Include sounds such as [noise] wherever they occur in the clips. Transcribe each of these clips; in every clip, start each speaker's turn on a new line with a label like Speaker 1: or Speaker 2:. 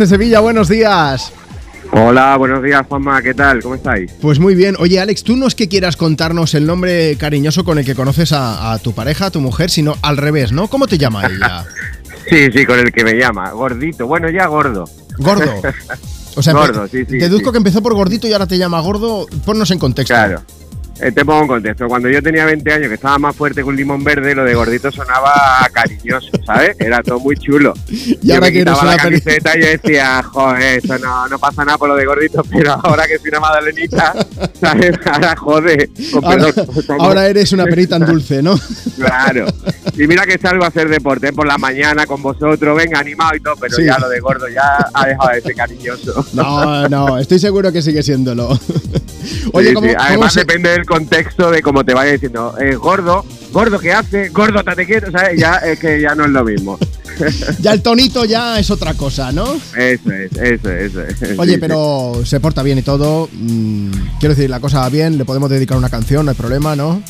Speaker 1: de Sevilla, buenos días.
Speaker 2: Hola, buenos días Juanma, ¿qué tal? ¿Cómo estáis?
Speaker 1: Pues muy bien. Oye, Alex, tú no es que quieras contarnos el nombre cariñoso con el que conoces a, a tu pareja, a tu mujer, sino al revés, ¿no? ¿Cómo te llama
Speaker 2: [laughs]
Speaker 1: ella?
Speaker 2: sí, sí, con el que me llama, gordito. Bueno, ya gordo.
Speaker 1: Gordo. O sea,
Speaker 2: Gordo,
Speaker 1: empe-
Speaker 2: sí, sí,
Speaker 1: deduzco
Speaker 2: sí.
Speaker 1: que empezó por gordito y ahora te llama gordo. Ponnos en contexto.
Speaker 2: Claro. Eh, te pongo en contexto. Cuando yo tenía 20 años, que estaba más fuerte que un limón verde, lo de gordito sonaba cariñoso, ¿sabes? Era todo muy chulo.
Speaker 1: Y ahora
Speaker 2: yo me
Speaker 1: que eres
Speaker 2: quitaba
Speaker 1: una
Speaker 2: la
Speaker 1: peri- [laughs]
Speaker 2: camiseta y yo decía, joder, esto no, no pasa nada por lo de gordito, pero ahora que soy una madalenita, ¿sabes? [laughs] Ahora jode. Con
Speaker 1: ahora,
Speaker 2: perdón.
Speaker 1: ahora eres
Speaker 2: [laughs]
Speaker 1: una perita en dulce, ¿no?
Speaker 2: Claro. Y mira que salgo a hacer deporte ¿eh? por la mañana con vosotros, venga, animado y todo, pero
Speaker 1: Sí.
Speaker 2: ya lo de gordo ya ha dejado de ser cariñoso.
Speaker 1: No, no, estoy seguro que sigue siéndolo. [laughs] Oye,
Speaker 2: Sí,
Speaker 1: ¿cómo,
Speaker 2: sí.
Speaker 1: cómo
Speaker 2: Además
Speaker 1: se-
Speaker 2: depende del contexto de cómo te vaya diciendo, eh, gordo, gordo, ¿qué hace? Gordo, te quieto, ¿sabes? Ya es que ya no es lo mismo.
Speaker 1: ya el tonito ya es otra cosa, ¿no?
Speaker 2: Eso es, eso es, eso es. Sí,
Speaker 1: Oye,
Speaker 2: sí.
Speaker 1: pero se porta bien y todo. mm, quiero decir, la cosa va bien, le podemos dedicar una canción, no hay problema, ¿no?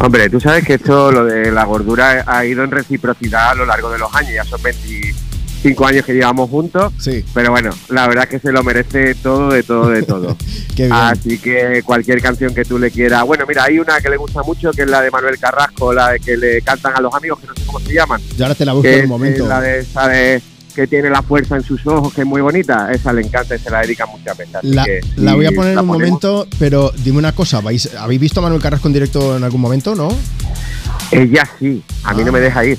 Speaker 2: Hombre, tú sabes que esto, lo de la gordura, ha ido en reciprocidad a lo largo de los años. Ya son 25 años que llevamos juntos.
Speaker 1: Sí,
Speaker 2: Pero bueno, la verdad es que se lo merece todo, de todo, de todo.
Speaker 1: qué bien.
Speaker 2: Así que cualquier canción que tú le quieras. Bueno, mira, hay una que le gusta mucho, que es la de Manuel Carrasco, la de que le cantan a los amigos, que no sé cómo se llaman.
Speaker 1: Yo ahora te la busco
Speaker 2: que
Speaker 1: en
Speaker 2: es,
Speaker 1: un
Speaker 2: eh,
Speaker 1: momento.
Speaker 2: la de esa de que tiene la fuerza en sus ojos, que es muy bonita. Esa le encanta y se la dedica muchas veces. Así
Speaker 1: La,
Speaker 2: que
Speaker 1: la
Speaker 2: si
Speaker 1: voy a poner en
Speaker 2: la
Speaker 1: un
Speaker 2: ponemos-
Speaker 1: momento, pero dime una cosa, ¿vais- ¿habéis visto a Manuel Carrasco en directo en algún momento, no?
Speaker 2: Ella sí, a mí
Speaker 1: Ah.
Speaker 2: no me
Speaker 1: [laughs]
Speaker 2: deja ir.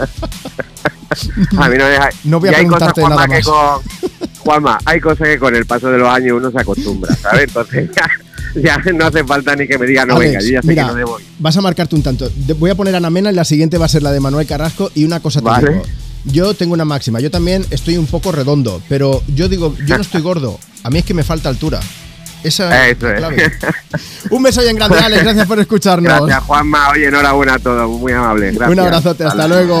Speaker 2: a mí no me deja ir.
Speaker 1: No voy a
Speaker 2: Y hay cosas,
Speaker 1: preguntarte
Speaker 2: Juanma,
Speaker 1: nada
Speaker 2: que con- Juanma, hay cosas que con el paso de los años uno se acostumbra, ¿sabes? Entonces [laughs] ya, ya no hace falta ni que me diga, no
Speaker 1: Alex,
Speaker 2: venga, yo ya sé
Speaker 1: mira,
Speaker 2: que no debo ir.
Speaker 1: Vas a marcarte un tanto. De- Voy a poner a Ana Mena y la siguiente va a ser la de Manuel Carrasco. Y una cosa te
Speaker 2: Vale.
Speaker 1: digo. Yo tengo una máxima. Yo también estoy un poco redondo, pero yo digo, yo no
Speaker 2: [laughs]
Speaker 1: estoy gordo. A mí es que me falta altura. Esa es
Speaker 2: Eso
Speaker 1: la clave.
Speaker 2: es.
Speaker 1: Un beso ahí en grande, Alex. Gracias por escucharnos.
Speaker 2: Gracias, Juanma. Oye, enhorabuena a todos. Muy amable. Gracias.
Speaker 1: Un abrazote. Hasta
Speaker 2: Hasta
Speaker 1: luego.